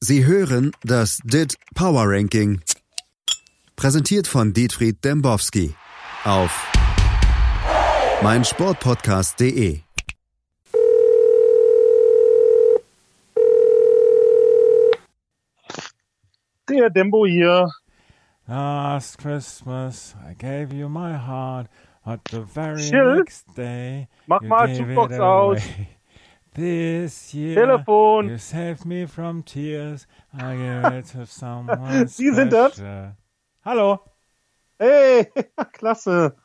Sie hören das DIT Power Ranking. Präsentiert von Dietfried Dembowski auf meinsportpodcast.de. Der Dembo hier. Last Christmas I gave you my heart, but the very Schill. next day Mach you mal gave Jukebox it aus. away. This year Telefon. you saved me from tears. I gave it to someone Sie sind das? special. Hallo. Hey, klasse.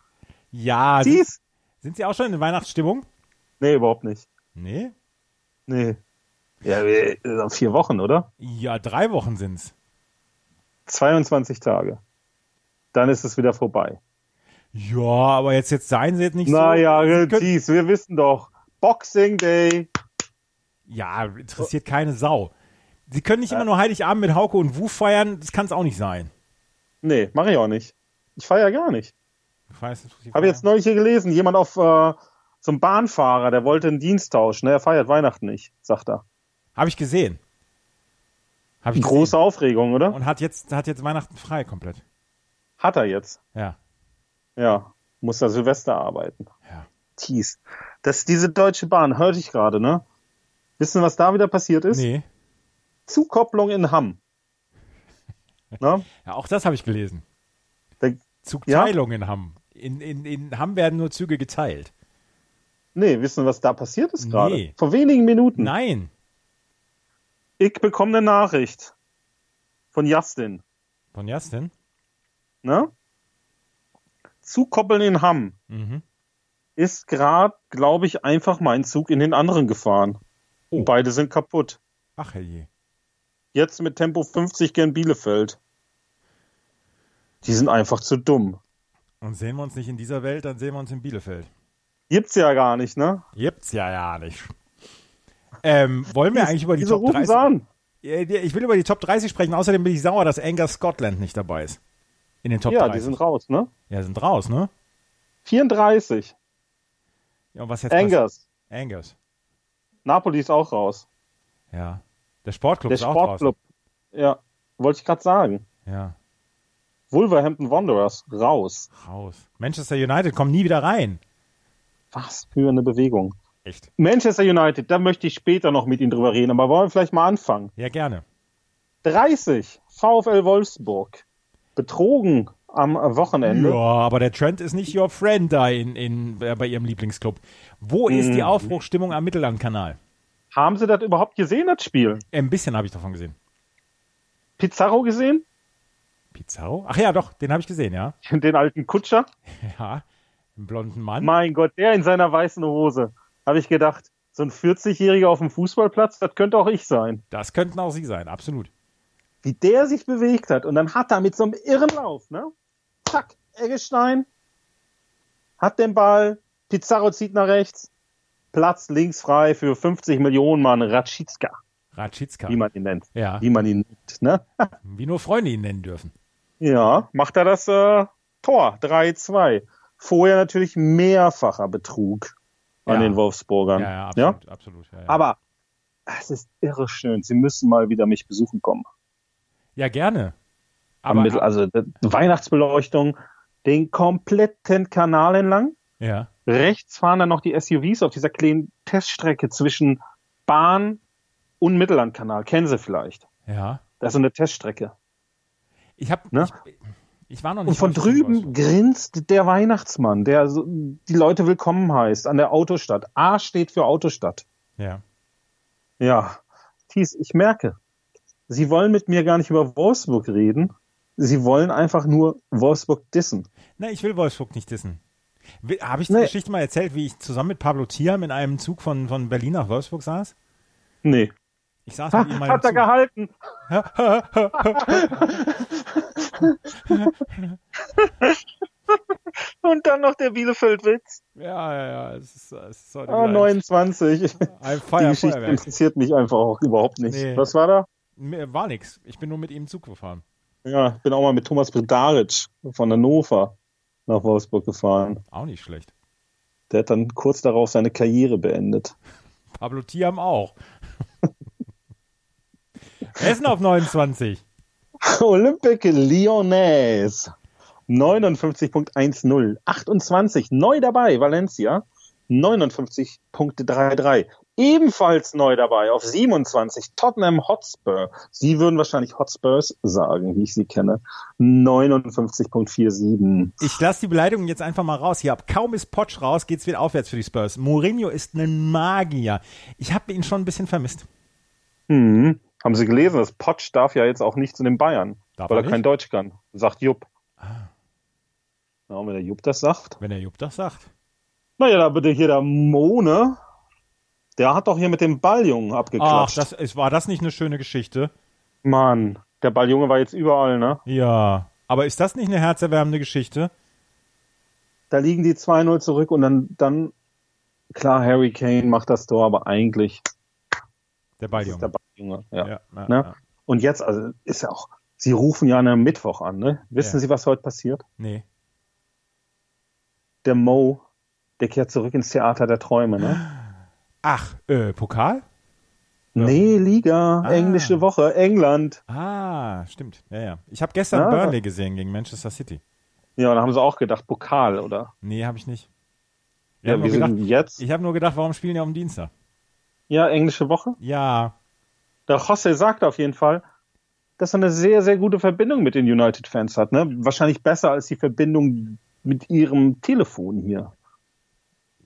Ja, sind, Dies? sind Sie auch schon in Weihnachtsstimmung? Nee, überhaupt nicht. Nee. Nee. Ja, wir- äh, vier Wochen, oder? Ja, drei Wochen sind's. 22 Tage. Dann ist es wieder vorbei. Ja, aber jetzt jetzt seien Sie jetzt nicht so. naja, Sie können- dies, wir wissen doch. Boxing Day. Ja, interessiert keine Sau. Sie können Äh. nicht immer nur Heiligabend mit Hauke und Wu feiern, das kann's auch nicht sein. Nee, mache ich auch nicht. Ich feiere gar nicht. Ich weiß nicht, Habe jetzt neulich hier gelesen, jemand auf äh, so ein Bahnfahrer, der wollte einen Dienst tauschen. Ne? Er feiert Weihnachten nicht, sagt er. Habe ich gesehen. Habe ich Große gesehen. Aufregung, oder? Und hat jetzt, hat jetzt Weihnachten frei komplett. Hat er jetzt. Ja. Ja, muss da Silvester arbeiten. Ja. Tees. Das, diese Deutsche Bahn, hörte ich gerade, ne? Wissen, was da wieder passiert ist? Nee. Zukopplung in Hamm. ne? Ja, auch das habe ich gelesen. Da, Zugteilung in Hamm. In, in, in Hamm werden nur Züge geteilt. nee, wissen, was da passiert ist gerade? Nee. Vor wenigen Minuten. Nein. Ich bekomme eine Nachricht von Justin, Von Justin? ne? Zukoppeln in Hamm Mhm. ist gerade, glaube ich, einfach mein Zug in den anderen gefahren. Oh. Und beide sind kaputt. Ach je. Jetzt mit Tempo 50 gern Bielefeld. Die sind einfach zu dumm. Und sehen wir uns nicht in dieser Welt, dann sehen wir uns in Bielefeld. Gibt's ja gar nicht, ne? Gibt's ja ja nicht. Ähm, wollen wir eigentlich über die Wieso Top rufen 30? sie an? Ja, Ich will über die Top 30 sprechen, außerdem bin ich sauer, dass Angus Scotland nicht dabei ist. In den Top ja, 30. die sind raus, ne? ja, sind raus, ne? 34. Ja, und was jetzt passi- Angers. Angus. Napoli ist auch raus. Ja. Der Sportclub Der ist auch draußen. Sportclub. Ja, wollte ich gerade sagen. Ja, Wolverhampton Wanderers raus. raus. Manchester United kommen nie wieder rein. Was für eine Bewegung. Echt? Manchester United, da möchte ich später noch mit Ihnen drüber reden, aber wollen wir vielleicht mal anfangen. Ja, gerne. 30. VfL Wolfsburg. Betrogen am Wochenende. Ja, aber der Trend ist nicht your friend da in, in, äh, bei ihrem Lieblingsclub. Wo ist Mhm. die Aufbruchstimmung am Mittellandkanal? Ähm, Haben Sie das überhaupt gesehen, das Spiel? Ein bisschen habe ich davon gesehen. Pizarro gesehen? Pizarro? Ach ja, doch, den habe ich gesehen, ja. Den alten Kutscher? Ja, einen blonden Mann. Mein Gott, der in seiner weißen Hose. Habe ich gedacht, so ein 40-Jähriger auf dem Fußballplatz, das könnte auch ich sein. Das könnten auch sie sein, absolut. Wie der sich bewegt hat. Und dann hat er mit so einem irren Lauf, ne? Zack, Eggestein. Hat den Ball. Pizarro zieht nach rechts. Platz links frei für 50 Millionen Mann Ratschitska, Ratschitska. wie man ihn nennt. Ja, Wie man ihn nennt, ne? wie nur Freunde ihn nennen dürfen. Ja, macht er das äh, Tor 3-2. Vorher natürlich mehrfacher Betrug an Ja. den Wolfsburgern. Ja, ja, absolut. absolut ja, ja. Aber es ist irre schön. Sie müssen mal wieder mich besuchen kommen. ja gerne. Am Mittel, also d- Weihnachtsbeleuchtung, den kompletten Kanal entlang. ja. Rechts fahren dann noch die SUVs auf dieser kleinen Teststrecke zwischen Bahn und Mittellandkanal. Kennen Sie vielleicht. Ja. Das ist so eine Teststrecke. Ich habe Ne? ich, ich war noch nicht Und von auf diesem drüben Wolfsburg. grinst der Weihnachtsmann, der so die Leute willkommen heißt an der Autostadt. A steht für Autostadt. Ja. Ja, Thies, ich merke, Sie wollen mit mir gar nicht über Wolfsburg reden. Sie wollen einfach nur Wolfsburg dissen. Ne, ich will Wolfsburg nicht dissen. Habe ich die Nee. Geschichte mal erzählt, wie ich zusammen mit Pablo Thiam in einem Zug von, von Berlin nach Wolfsburg saß? Nee. Ich saß mit ihm mal im Hat er Zug. gehalten? Und dann noch der Bielefeld-Witz. Ja, ja, ja. Es ist, es ist heute Ah, wieder 29. ein, ein Die Feuer, Geschichte Feuerwerk. interessiert mich einfach auch überhaupt nicht. Nee. Was war da? Mir War nix. Ich bin nur mit ihm Zug gefahren. Ja, ich bin auch mal mit Thomas Bredaric von Hannover nach Wolfsburg gefahren. Auch nicht schlecht. Der hat dann kurz darauf seine Karriere beendet. Pablo Thiam auch. Essen auf 29. Olympique Lyonnaise. 59.10. 28. Neu dabei, Valencia. 59.33. Ebenfalls neu dabei auf 27. Tottenham Hotspur. Sie würden wahrscheinlich Hotspurs sagen, wie ich sie kenne. 59.47. Ich lasse die Beleidigung jetzt einfach mal raus. Hier ab kaum ist Potsch raus, geht's wieder aufwärts für die Spurs. Mourinho ist ein Magier. Ich habe ihn schon ein bisschen vermisst. Mhm. Haben Sie gelesen, dass Potsch darf ja jetzt auch nicht zu den Bayern, Darf weil er er Ah. kein nicht? Deutsch kann, sagt Jupp. Ja, und wenn der Jupp das sagt. Wenn der Jupp das sagt. Naja, da bitte hier der Mone. Der hat doch hier mit dem Balljungen Ach, abgeklatscht. das, es, war das nicht eine schöne Geschichte? Mann, der Balljunge war jetzt überall, ne? Ja. Aber ist das nicht eine herzerwärmende Geschichte? Da liegen die 2-0 zurück und dann, dann, klar, Harry Kane macht das Tor, aber eigentlich Der Balljunge. ist der Balljunge. Ja. Ja, ja, ne? ja. Und jetzt, also ist ja auch, Sie rufen ja an einem Mittwoch an, ne? Wissen Ja. Sie, was heute passiert? Nee. Der Mo, der kehrt zurück ins Theater der Träume, ne? Ach, äh, Pokal? Nee, Liga, englische Woche, England. Ah, stimmt. Ja, ja. Ich habe gestern Ah. Burnley gesehen gegen Manchester City. Ja, da haben sie auch gedacht, Pokal, oder? Nee, habe ich nicht. Ich Ja, hab nur wir gedacht, sind jetzt. ich habe nur gedacht, warum spielen die am Dienstag? Ja, englische Woche. Ja, Der Jose sagt auf jeden Fall, dass er eine sehr, sehr gute Verbindung mit den United-Fans hat. Ne? Wahrscheinlich besser als die Verbindung mit ihrem Telefon hier.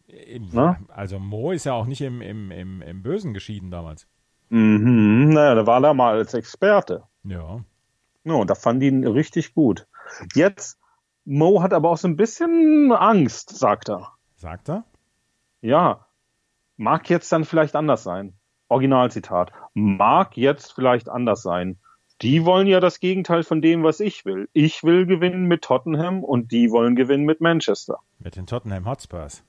eben. Na? also Mo ist ja auch nicht im, im, im, im Bösen geschieden damals. Mhm, naja, da war er mal als Experte. Ja. Ja, und da fanden die ihn richtig gut. Jetzt, Mo hat aber auch so ein bisschen Angst, sagt er. Sagt er? Ja, mag jetzt dann vielleicht anders sein. Originalzitat. Mag jetzt vielleicht anders sein. Die wollen ja das Gegenteil von dem, was ich will. Ich will gewinnen mit Tottenham und die wollen gewinnen mit Manchester. Mit den Tottenham Hotspurs.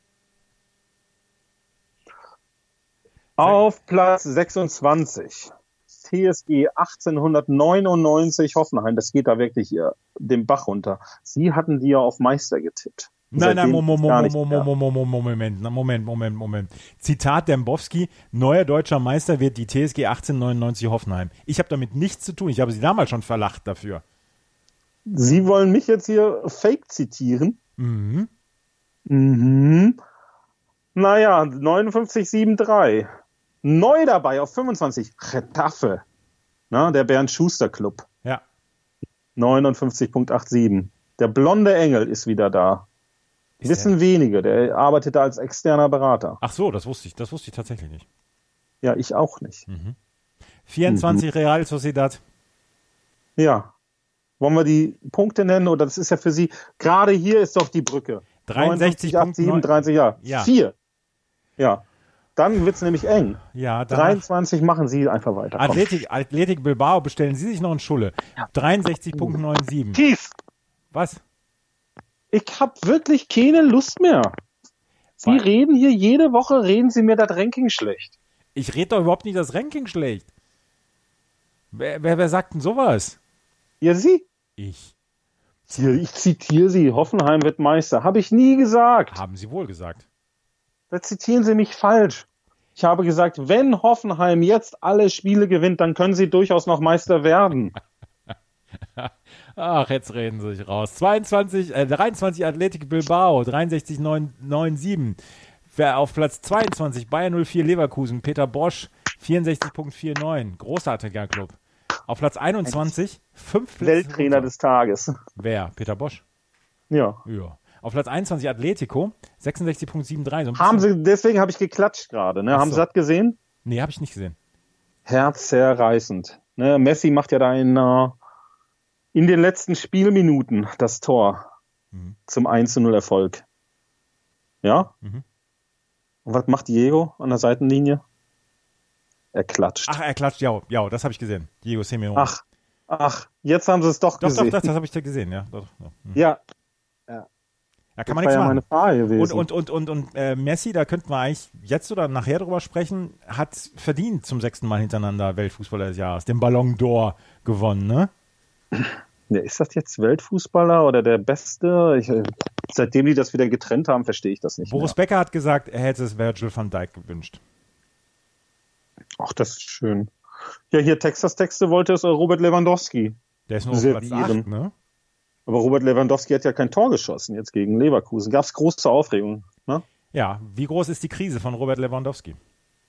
Auf Platz 26. TSG 1899 Hoffenheim. Das geht da wirklich ihr den Bach runter. Sie hatten die ja auf Meister getippt. Nein, nein, Seitdem Moment, gar Moment, nicht mehr. Moment, Moment, Moment, na, Moment, Moment, Moment. Zitat Dembowski, neuer deutscher Meister wird die TSG 1899 Hoffenheim. Ich habe damit nichts zu tun. Ich habe sie damals schon verlacht dafür. Sie wollen mich jetzt hier fake zitieren. Mhm. Mhm. Naja, 59,73. Neu dabei auf 25, Retafe. Na, der Bernd Schuster Club. Ja. 59,87. Der blonde Engel ist wieder da. Ist Wissen wenige, der arbeitet da als externer Berater. Ach so, das wusste ich, das wusste ich tatsächlich nicht. Ja, ich auch nicht. Hm. 24 Mhm. Real Sociedad. Ja. Wollen wir die Punkte nennen? Oder das ist ja für Sie, gerade hier ist doch die Brücke. 63 59,87, 30, ja. Ja. Vier. Ja. Dann wird's nämlich eng. Ja, danach- 23 machen Sie einfach weiter. Komm. Athletik, Athletik Bilbao bestellen Sie sich noch einen Schulle. 63.97. Tief. Was? Ich habe wirklich keine Lust mehr. Sie Weil- reden hier jede Woche, reden Sie mir das Ranking schlecht. Ich rede doch überhaupt nicht das Ranking schlecht. Wer, wer, wer sagt denn sowas? Ja, Sie. Ich. Hier, ich zitiere Sie. Hoffenheim wird Meister. Habe ich nie gesagt. Haben Sie wohl gesagt. Da zitieren Sie mich falsch. Ich habe gesagt, wenn Hoffenheim jetzt alle Spiele gewinnt, dann können Sie durchaus noch Meister werden. Ach, jetzt reden Sie sich raus. 22, äh, 23 Athletik Bilbao, 63,997. Wer auf Platz 22, Bayern 04 Leverkusen, Peter Bosch, 64,49. Großartiger Club. Auf Platz 21, fünf Plätze Welttrainer runter. des Tages. Wer? Peter Bosch. Ja. Ja. Auf Platz 21 Atletico, 66.73. So ein Haben bisschen- Sie, deswegen habe ich geklatscht gerade. Ne? Haben so. Sie das gesehen? Nee, habe ich nicht gesehen. herzzerreißend. Ne, Messi macht ja da in, äh, in den letzten Spielminuten das Tor Mhm. zum 1-0-Erfolg. Ja? Mhm. Und was macht Diego an der Seitenlinie? Er klatscht. Ach, er klatscht, ja, ja, das habe ich gesehen. Diego Simeone. Ach, ach, jetzt haben sie es doch doch, doch, gesehen. das, das habe ich da gesehen, ja. Doch, doch. Hm. ja, Da kann das man war nichts ja meine Frage machen. gewesen. Und, und, und, und, und äh, Messi, da könnten wir eigentlich jetzt oder nachher drüber sprechen, hat verdient zum sechsten Mal hintereinander Weltfußballer des Jahres, den Ballon d'Or gewonnen, ne? ja, ist das jetzt Weltfußballer oder der Beste? Ich, äh, seitdem die das wieder getrennt haben, verstehe ich das nicht Boris Becker hat gesagt, er hätte es Virgil van Dijk gewünscht. mehr. Ach, das ist schön. Ja, hier Texas Texte wollte es äh, Robert Lewandowski. Der ist nur auf Platz Servieren. 8, ne? Aber Robert Lewandowski hat ja kein Tor geschossen jetzt gegen Leverkusen. Gab es große Aufregung. Ne? Ja, wie groß ist die Krise von Robert Lewandowski?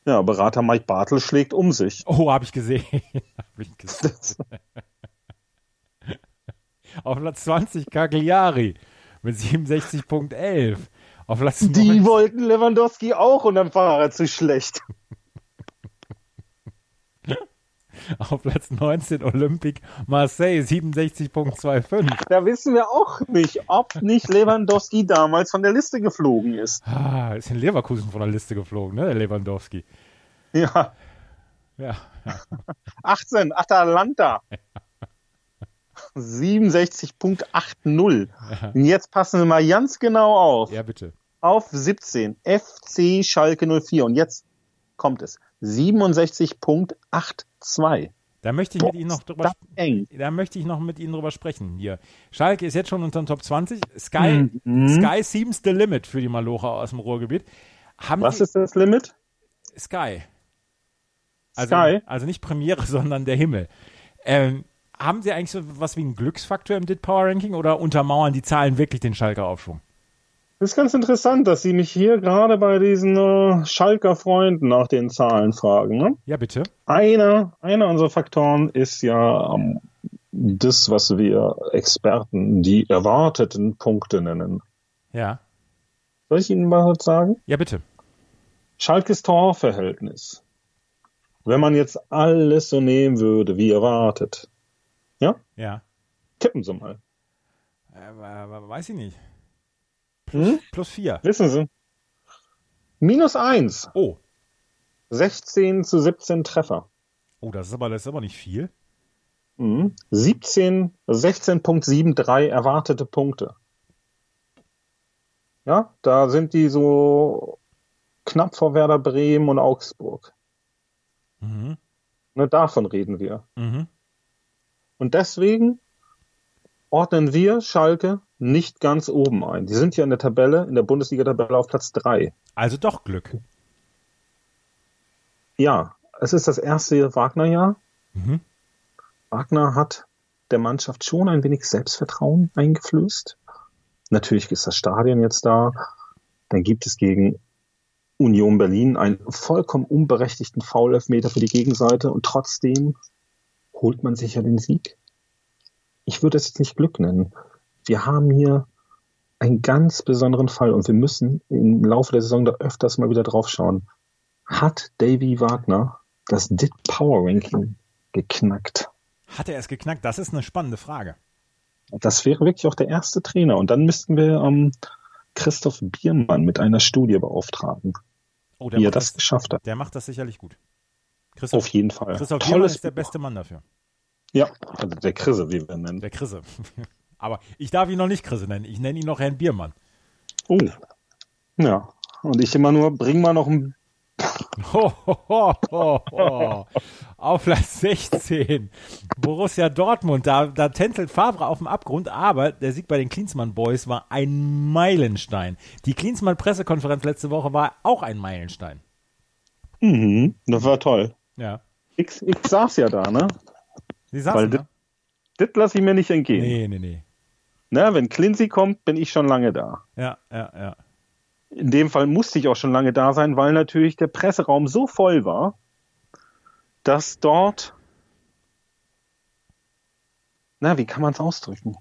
Ja, Berater Mike Bartel schlägt um sich. Oh, habe ich gesehen. hab ich gesehen. Auf Platz 20 Cagliari mit 67.11. Auf Platz 9, Die wollten Lewandowski auch und dann war er zu schlecht. auf Platz 19 Olympique Marseille 67.25. Da wissen wir auch nicht, ob nicht Lewandowski damals von der Liste geflogen ist. Ah, ist in Leverkusen von der Liste geflogen, ne, der Lewandowski. Ja, Ja, 18, Atalanta. 67.80. Und jetzt passen wir mal ganz genau auf. ja bitte. Auf 17, FC Schalke 04. Und jetzt kommt es. 67.82. Da möchte ich mit Ihnen noch drüber Das ist eng. da möchte ich noch mit Ihnen drüber sprechen hier. Schalke ist jetzt schon unter den Top 20. Sky, Mhm. Sky seems the limit für die Malocher aus dem Ruhrgebiet. Haben Was die, ist das Limit? Sky. Also, Sky? also nicht Premiere, sondern der Himmel. Ähm, haben Sie eigentlich so was wie einen Glücksfaktor im Dit Power Ranking oder untermauern die Zahlen wirklich den Schalker Aufschwung? Das ist ganz interessant, dass Sie mich hier gerade bei diesen äh, Schalker Freunden nach den Zahlen fragen. Ne? Ja, bitte. Einer, einer unserer Faktoren ist ja ähm, das, was wir Experten die erwarteten Punkte nennen. Ja. Soll ich Ihnen mal was sagen? Ja, bitte. Schalkes Torverhältnis. Wenn man jetzt alles so nehmen würde, wie erwartet. Ja? Ja. Tippen Sie mal. Äh, äh, weiß ich nicht. Hm? Plus vier. Wissen Sie? Minus eins, Oh. 16 zu 17 Treffer. Oh, das ist aber, das ist aber nicht viel. Mhm. 17, 16.73 erwartete Punkte. Ja, da sind die so knapp vor Werder Bremen und Augsburg. Mhm. Ne, davon reden wir. Mhm. Und deswegen ordnen wir Schalke nicht ganz oben ein. Die sind ja in der Tabelle, in der Bundesliga-Tabelle auf Platz 3. Also doch Glück. Ja, es ist das erste Wagner-Jahr. Mhm. Wagner hat der Mannschaft schon ein wenig Selbstvertrauen eingeflößt. Natürlich ist das Stadion jetzt da. Dann gibt es gegen Union Berlin einen vollkommen unberechtigten Foul-Elfmeter für die Gegenseite und trotzdem holt man sich ja den Sieg. Ich würde es jetzt nicht Glück nennen. Wir haben hier einen ganz besonderen Fall und wir müssen im Laufe der Saison da öfters mal wieder drauf schauen. Hat Davy Wagner das DIT Power Ranking geknackt? Hat er es geknackt? Das ist eine spannende Frage. Das wäre wirklich auch der erste Trainer. Und dann müssten wir ähm, Christoph Biermann mit einer Studie beauftragen, Oh, der, wie er macht, das das, geschafft hat. der macht das sicherlich gut. Christoph, Auf jeden Fall. Christoph Biermann Tolles ist der Buch. beste Mann dafür. Ja, also der Krisse, wie wir ihn nennen. Der Krisse. Aber ich darf ihn noch nicht Krisse nennen. Ich nenne ihn noch Herrn Biermann. Oh. Ja. Und ich immer nur, bring mal noch ein. Ho, ho, ho, ho, ho. Auf Platz 16. Borussia Dortmund. Da, da tänzelt Favre auf dem Abgrund, aber der Sieg bei den Klinsmann Boys war ein Meilenstein. Die Klinsmann Pressekonferenz letzte Woche war auch ein Meilenstein. Mhm, das war toll. Ja. Ich, ich saß ja da, ne? Sie Weil saßen das- da? Das lasse ich mir nicht entgehen. Nee, nee, nee. Na, wenn Clincy kommt, bin ich schon lange da. Ja, ja, ja. In dem Fall musste ich auch schon lange da sein, weil natürlich der Presseraum so voll war, dass dort. Na, wie kann man es ausdrücken?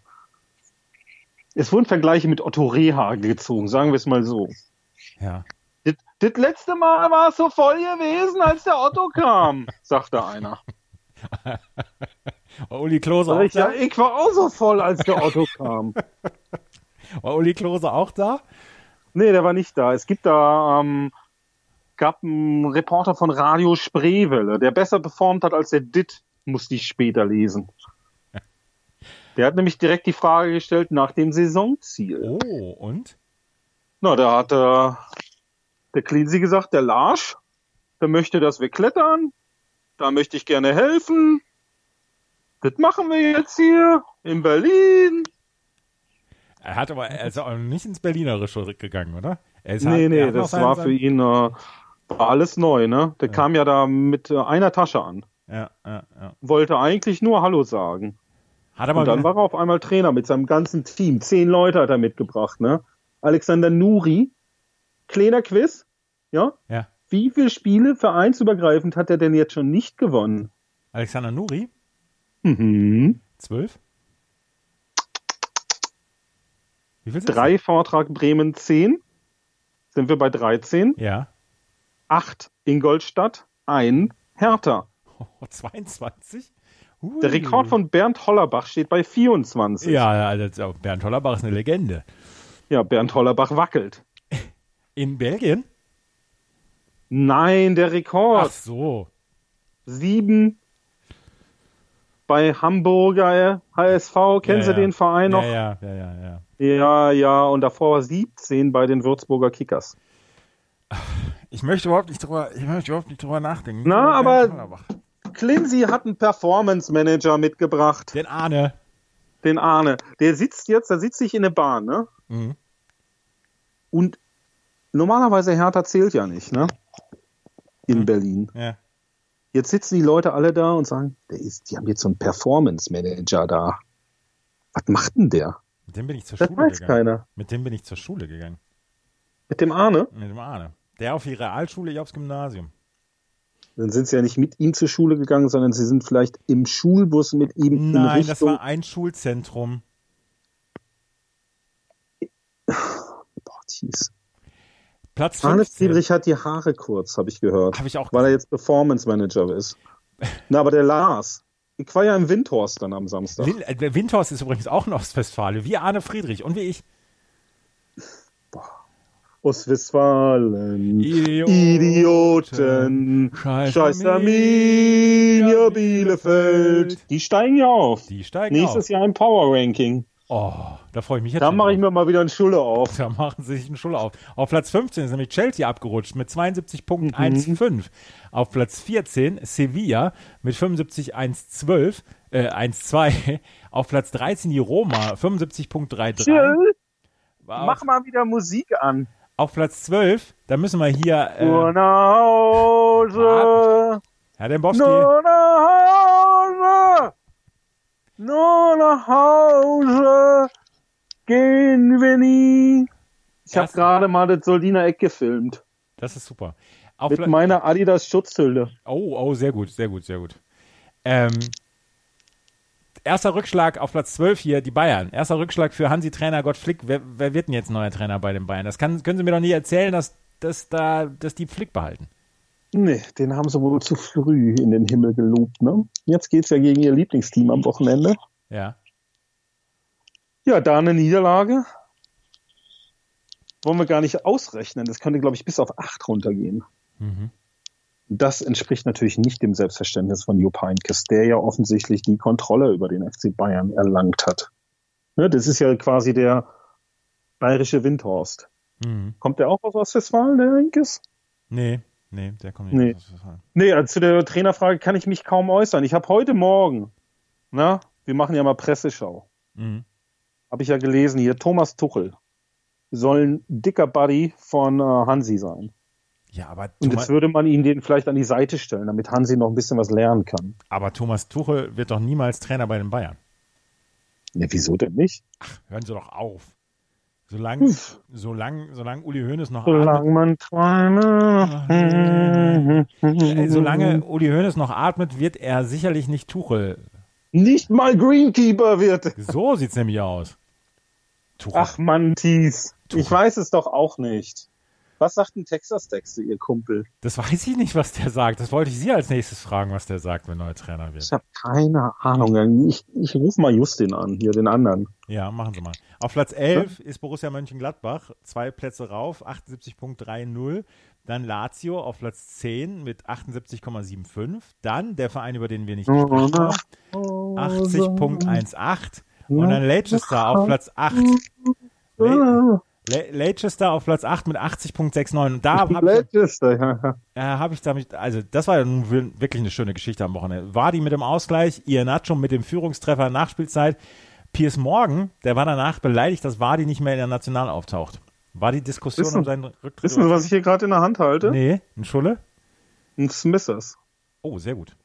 Es wurden Vergleiche mit Otto Rehagel gezogen, sagen wir es mal so. Ja. Das, das letzte Mal war es so voll gewesen, als der Otto kam, sagte einer. War Uli Klose Sag auch ich, ja, da? ich war auch so voll, als der Otto kam. War Uli Klose auch da? Nee, der war nicht da. Es gibt da, ähm, gab einen Reporter von Radio Spreewelle, der besser performt hat als der Dit, musste ich später lesen. Der hat nämlich direkt die Frage gestellt nach dem Saisonziel. Oh, und? Na, da hat äh, der Cleansy gesagt, der Larsch, der möchte, dass wir klettern, da möchte ich gerne helfen. Das machen wir jetzt hier in Berlin. Er hat aber er ist auch nicht ins Berlinerische gegangen, oder? Er ist Nee, halt- er nee, hat noch das seinen- war für seinen- ihn äh, war alles neu, ne? Der kam ja da mit äh, einer Tasche an. Ja, ja, ja. Wollte eigentlich nur Hallo sagen. Hat er mal Und dann wieder, war er auf einmal Trainer mit seinem ganzen Team. Zehn Leute hat er mitgebracht, ne? Alexander Nuri. Kleiner Quiz. Ja? ja. Wie viele Spiele vereinsübergreifend hat er denn jetzt schon nicht gewonnen? Alexander Nuri, Mhm. 12. Wie viel sind's? Drei Vortrag Bremen 10. Sind wir bei 13. Ja. Acht Ingolstadt. Ein Hertha. Oh, 22? Hui. Der Rekord von Bernd Hollerbach steht bei 24. Ja, also Bernd Hollerbach ist eine Legende. ja Bernd Hollerbach wackelt. In Belgien? Nein, der Ach Rekord. so. Sieben bei Hamburger HSV. Kennen Ja, Sie ja. den Verein noch? Ja, ja, ja, ja. ja. Ja, ja, und davor 17 bei den Würzburger Kickers. Ich möchte überhaupt nicht drüber, ich möchte überhaupt nicht drüber nachdenken. Na, Ich bin aber- Bernd Hollerbach. Clincy hat einen Performance Manager mitgebracht, Den Arne. den Arne. Der sitzt jetzt, da sitze ich in der Bahn, ne? Mhm. Und normalerweise Hertha zählt ja nicht, ne? Mhm. In Berlin. Ja. Jetzt sitzen die Leute alle da und sagen, der ist, die haben jetzt so einen Performance Manager da. Was macht denn der? Mit dem bin ich zur Das Schule weiß gegangen. keiner. Mit dem bin ich zur Schule gegangen. Mit dem Arne? Mit dem Arne. Der auf die Realschule, ich aufs Gymnasium. Dann sind sie ja nicht mit ihm zur Schule gegangen, sondern sie sind vielleicht im Schulbus mit ihm in Nein, das Richtung. war ein Schulzentrum. Boah, jeez. Platz Arne 15. Friedrich hat die Haare kurz, habe ich gehört. Hab ich auch Weil er jetzt Performance Manager ist. Na, aber der Lars. Ich war ja im Windhorst dann am Samstag. Lin- äh, Windhorst ist übrigens auch in Ostwestfalen, wie Arne Friedrich und wie ich. Aus Westfalen. Idioten. Idioten. Scheiß Scheiß Arminia Arminia Bielefeld. Bielefeld. Die steigen ja auf. Die steigen Nächstes Jahr im Power Ranking. auf. Oh, da freue ich mich jetzt. Da schon mache ich drauf. mir mal wieder eine Schulle auf. Da machen sie sich einen Schulle auf. Auf Platz 15 ist nämlich Chelsea abgerutscht mit Mhm. 72.15. Auf Platz 14 Sevilla mit 75.112, äh, 1,2. Auf Platz 13 die Roma 75.33. Chill, Auf, mach mal wieder Musik an. auf Platz 12, da müssen wir hier, Nur äh, nach Hause. Herr Dembowski, Nur nach Hause. Nur nach Hause. Gehen wir nie. Ich habe Das- gerade mal das Soldiner Eck gefilmt. das ist super. Auf Mit Pla- meiner Adidas Schutzhülle. Oh, oh, sehr gut, sehr gut, sehr gut. Ähm, erster Rückschlag auf Platz 12 hier, die Bayern. Erster Rückschlag für Hansi-Trainer Gott Flick. Wer, wer wird denn jetzt neuer Trainer bei den Bayern? Das kann, können Sie mir doch nicht erzählen, dass, dass, da, dass die Flick behalten. Nee, den haben sie wohl zu früh in den Himmel gelobt, ne? Jetzt geht's ja gegen ihr Lieblingsteam am Wochenende. Ja. Ja, da eine Niederlage. Wollen wir gar nicht ausrechnen. Das könnte, glaube ich, bis auf acht runtergehen. Mhm. Das entspricht natürlich nicht dem Selbstverständnis von Jupp Heynckes, der ja offensichtlich die Kontrolle über den FC Bayern erlangt hat. Ne, das ist ja quasi der bayerische Windhorst. Mhm. Kommt der auch aus Ostwestfalen, der Heynckes? Nee, nee, der kommt Nee. nicht. aus Westfalen. Nee, also zu der Trainerfrage kann ich mich kaum äußern. Ich habe heute Morgen, na, wir machen ja mal Presseschau, Mhm. habe ich ja gelesen hier, Thomas Tuchel soll ein dicker Buddy von äh, Hansi sein. Ja, aber Und jetzt Thomas, würde man ihn den vielleicht an die Seite stellen, damit Hansi noch ein bisschen was lernen kann. aber Thomas Tuchel wird doch niemals Trainer bei den Bayern. Ne, wieso denn nicht? Hören Sie doch auf. Solange, solange, solange Uli Hoeneß noch atmet, Solange man träume. äh, solange Uli Hoeneß noch atmet, wird er sicherlich nicht Tuchel Nicht mal Greenkeeper wird. So sieht's nämlich aus. Tuchel. Ach Mann, Thies. Ich weiß es doch auch nicht. Was sagt ein Texas-Tex zu ihr Kumpel? Das weiß ich nicht, was der sagt. Das wollte ich Sie als nächstes fragen, was der sagt, wenn neuer Trainer wird. Ich habe keine Ahnung. Ich, ich rufe mal Justin an, hier den anderen. Ja, machen Sie mal. Auf Platz 11 ist Borussia Mönchengladbach, zwei Plätze rauf, 78.30. Dann Lazio auf Platz 10 mit 78,75. Dann der Verein, über den wir nicht gesprochen haben, 80.18. Und dann Leicester auf Platz 8. Le Ah. Le Leicester auf Platz 8 mit 80.69. Und da habe ich Letzter, ja. äh, habe ich damit, also das war ja nun wir- wirklich eine schöne Geschichte am Wochenende. Wadi mit dem Ausgleich, Iheanacho mit dem Führungstreffer Nachspielzeit. Piers Morgan, der war danach beleidigt, dass Wadi nicht mehr in der National auftaucht. War die Diskussion Wissen- um seinen Rücktritt? Wissen Sie, was ich hier gerade in der Hand halte? nee, ein Schulle? Ein Smithers. Oh, sehr gut.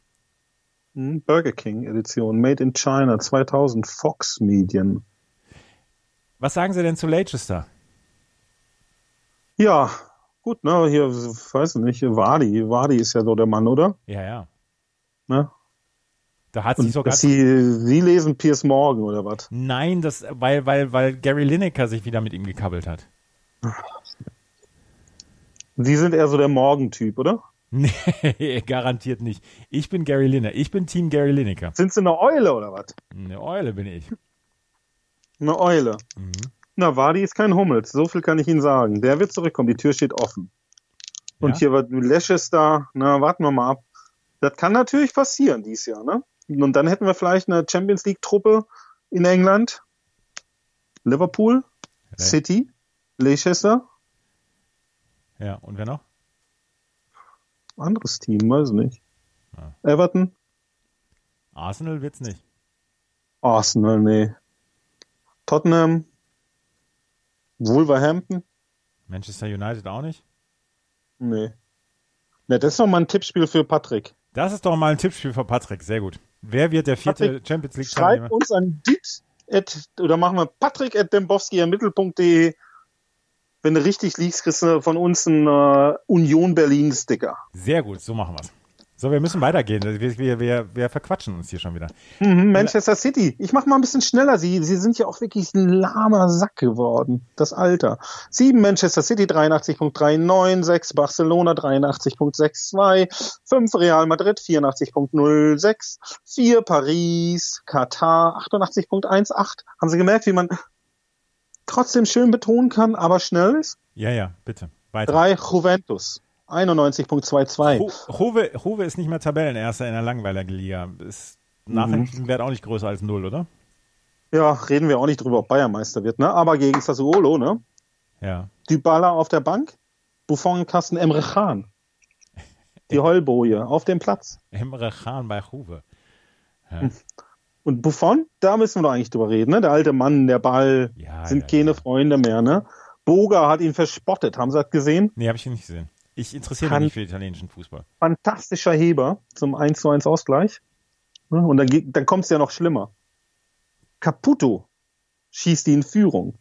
Hm, Burger King Edition, Made in China, 2000, Fox Medien. Was sagen Sie denn zu Leicester? Ja, gut, ne, hier, weiß ich nicht, Wadi, Wadi ist ja so der Mann, oder? Ja, ja. Ne? Da hat sich Und sogar. dass sie, sie lesen Piers Morgan oder was? Nein, das, weil, weil, weil Gary Lineker sich wieder mit ihm gekabbelt hat. Sie sind eher so der Morgan-Typ, oder? Nee, garantiert nicht. Ich bin Gary Lineker. Ich bin Team Gary Lineker. Sind sie eine Eule oder was? Eine Eule bin ich. Mhm. Eine Eule. Na, Wadi ist kein Hummels, so viel kann ich Ihnen sagen. Der wird zurückkommen, die Tür steht offen. Und Ja. hier war Leicester, na, warten wir mal ab. Das kann natürlich passieren dieses Jahr, ne? Und dann hätten wir vielleicht eine Champions League-Truppe in England. Liverpool, Ja. City, Leicester, Ja, und wer noch? anderes Team, weiß nicht. Everton, Arsenal wird's nicht. Arsenal, nee. Tottenham, Wolverhampton, Manchester United auch nicht. nee. Na, das ist doch mal ein Tippspiel für Patrick. Das ist doch mal ein Tippspiel für Patrick. Sehr gut. Wer wird der vierte Patrick, Champions League Schreibt Teilnehmer? uns an dit at, oder machen wir patrick at mittelpunkt.de. Wenn du richtig liegst, kriegst du von uns einen äh, Union Berlin Sticker. Sehr gut, so machen wir's. So, wir müssen weitergehen. Wir, wir, wir, wir verquatschen uns hier schon wieder. Mhm, Manchester City. Ich mach mal ein bisschen schneller. Sie, sie sind ja auch wirklich ein lahmer Sack geworden. Das Alter. 7 Manchester City 83.39, 6 Barcelona 83.62, 5 Real Madrid 84.06, 4 Paris, Katar 88.18. Haben Sie gemerkt, wie man trotzdem schön betonen kann, aber schnell ist? Ja, ja, bitte. Weiter. 3 Juventus 91.22. Ho- Hove, Hove ist nicht mehr Tabellenerster in der Langweilerliga. Ist Mhm. Nachrichtenwert auch nicht größer als null, oder? Ja, reden wir auch nicht drüber, ob Bayern Meister wird, ne? Aber gegen Sassuolo, ne? Ja. Dybala auf der Bank, Buffon im Kasten, Emre Can. Die Heulboje auf dem Platz. Emre Can bei Hove. Und Buffon, da müssen wir doch eigentlich drüber reden, ne? Der alte Mann, der Ball, Ja, sind ja, keine ja. Freunde mehr, ne? Boga hat ihn verspottet, haben Sie das gesehen? Nee, habe ich nicht gesehen. Ich interessiere mich Kann- nicht für italienischen Fußball. Fantastischer Heber zum 1 zu 1 Ausgleich. Ne? Und dann, geht- dann kommt es ja noch schlimmer. Caputo schießt die in Führung.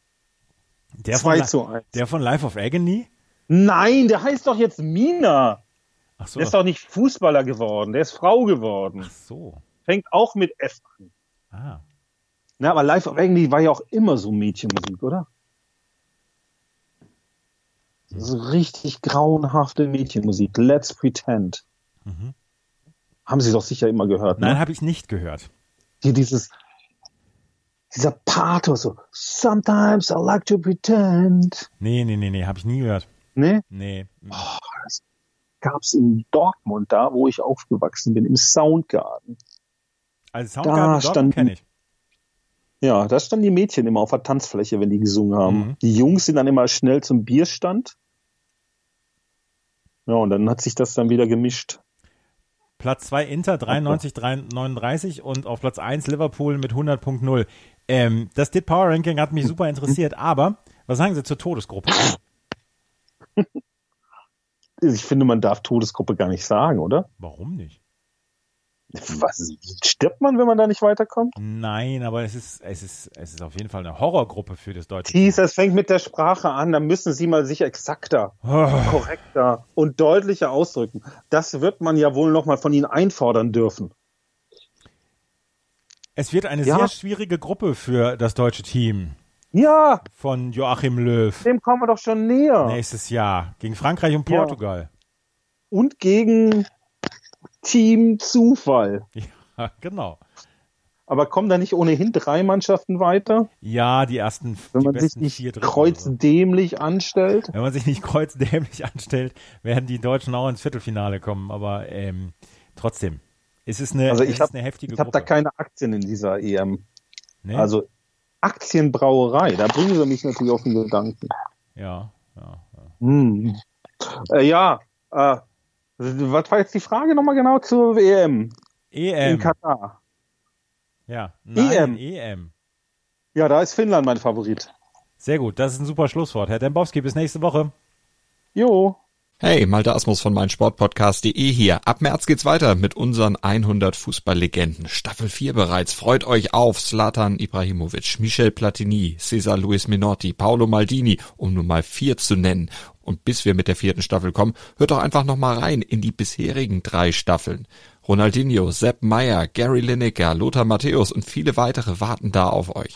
Der 2 von, zu 1. der von Life of Agony? Nein, der heißt doch jetzt Mina. Ach so. Der ist doch nicht Fußballer geworden, der ist Frau geworden. Ach so. Fängt auch mit F an. Ah. Na, aber Live of Agony war ja auch immer so Mädchenmusik, oder? So richtig grauenhafte Mädchenmusik. Let's Pretend. Mhm. Haben Sie doch sicher immer gehört, Nein, ne? habe ich nicht gehört. Hier dieses, dieser Pathos, so, sometimes I like to pretend. Nee, nee, nee, nee, habe ich nie gehört. Ne? Nee. Gab's in Dortmund, da wo ich aufgewachsen bin, im Soundgarten. Also Soundgarden Dortmund standen- kenne ich. Ja, da standen die Mädchen immer auf der Tanzfläche, wenn die gesungen haben. Mhm. Die Jungs sind dann immer schnell zum Bierstand. Ja, und dann hat sich das dann wieder gemischt. Platz 2 Oh Inter 93, 39 und auf Platz 1 Liverpool mit 100.0. Ähm, das Dit Power Ranking hat Hm. mich super interessiert, aber was sagen Sie zur Todesgruppe? Ich finde, man darf Todesgruppe gar nicht sagen, oder? Warum nicht? Was? Stirbt man, wenn man da nicht weiterkommt? Nein, aber es ist, es ist, es ist auf jeden Fall eine Horrorgruppe für das deutsche. Dies, das fängt mit der Sprache an. Da müssen Sie mal sich exakter, Oh, korrekter und deutlicher ausdrücken. Das wird man ja wohl nochmal von Ihnen einfordern dürfen. es wird eine Ja. sehr schwierige Gruppe für das deutsche Team Ja, von Joachim Löw dem kommen wir doch schon näher. nächstes Jahr gegen Frankreich und Ja. Portugal. Und gegen Team Zufall. Ja, genau. Aber kommen da nicht ohnehin drei Mannschaften weiter, Ja, die ersten, wenn die man sich besten nicht vier Dritten oder so. kreuzdämlich anstellt? Wenn man sich nicht kreuzdämlich anstellt, werden die Deutschen auch ins Viertelfinale kommen. Aber ähm, trotzdem, es ist eine, Also es ich ist habe eine heftige hab Gruppe. ne? da keine Aktien in dieser EM. Nee? Also Aktienbrauerei, da bringen sie mich natürlich auf den Gedanken. ja, ja. Hm. Äh, ja, äh, was war jetzt die Frage nochmal genau zur EM in E EM. Katar? E Ja. Nein, E EM. EM. EM. Ja, da ist Finnland mein Favorit. Sehr gut, das ist ein super Schlusswort. Herr Dembowski, bis nächste Woche. Jo. Hey, Malte Asmus von meinsportpodcast.de hier. Ab März geht's weiter mit unseren 100 Fußballlegenden. Staffel 4 bereits. Freut euch auf Zlatan Ibrahimovic, Michel Platini, Cesar Luis Minotti, Paolo Maldini, um nur mal vier zu nennen. Und bis wir mit der vierten Staffel kommen, hört doch einfach nochmal rein in die bisherigen drei Staffeln. Ronaldinho, Sepp Meyer, Gary Lineker, Lothar Matthäus und viele weitere warten da auf euch.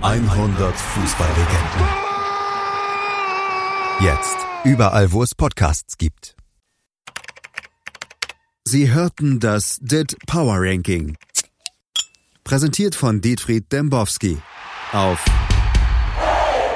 100 Fußballlegenden. Jetzt überall, wo es Podcasts gibt. Sie hörten das DIT Power Ranking. Präsentiert von Dietfried Dembowski auf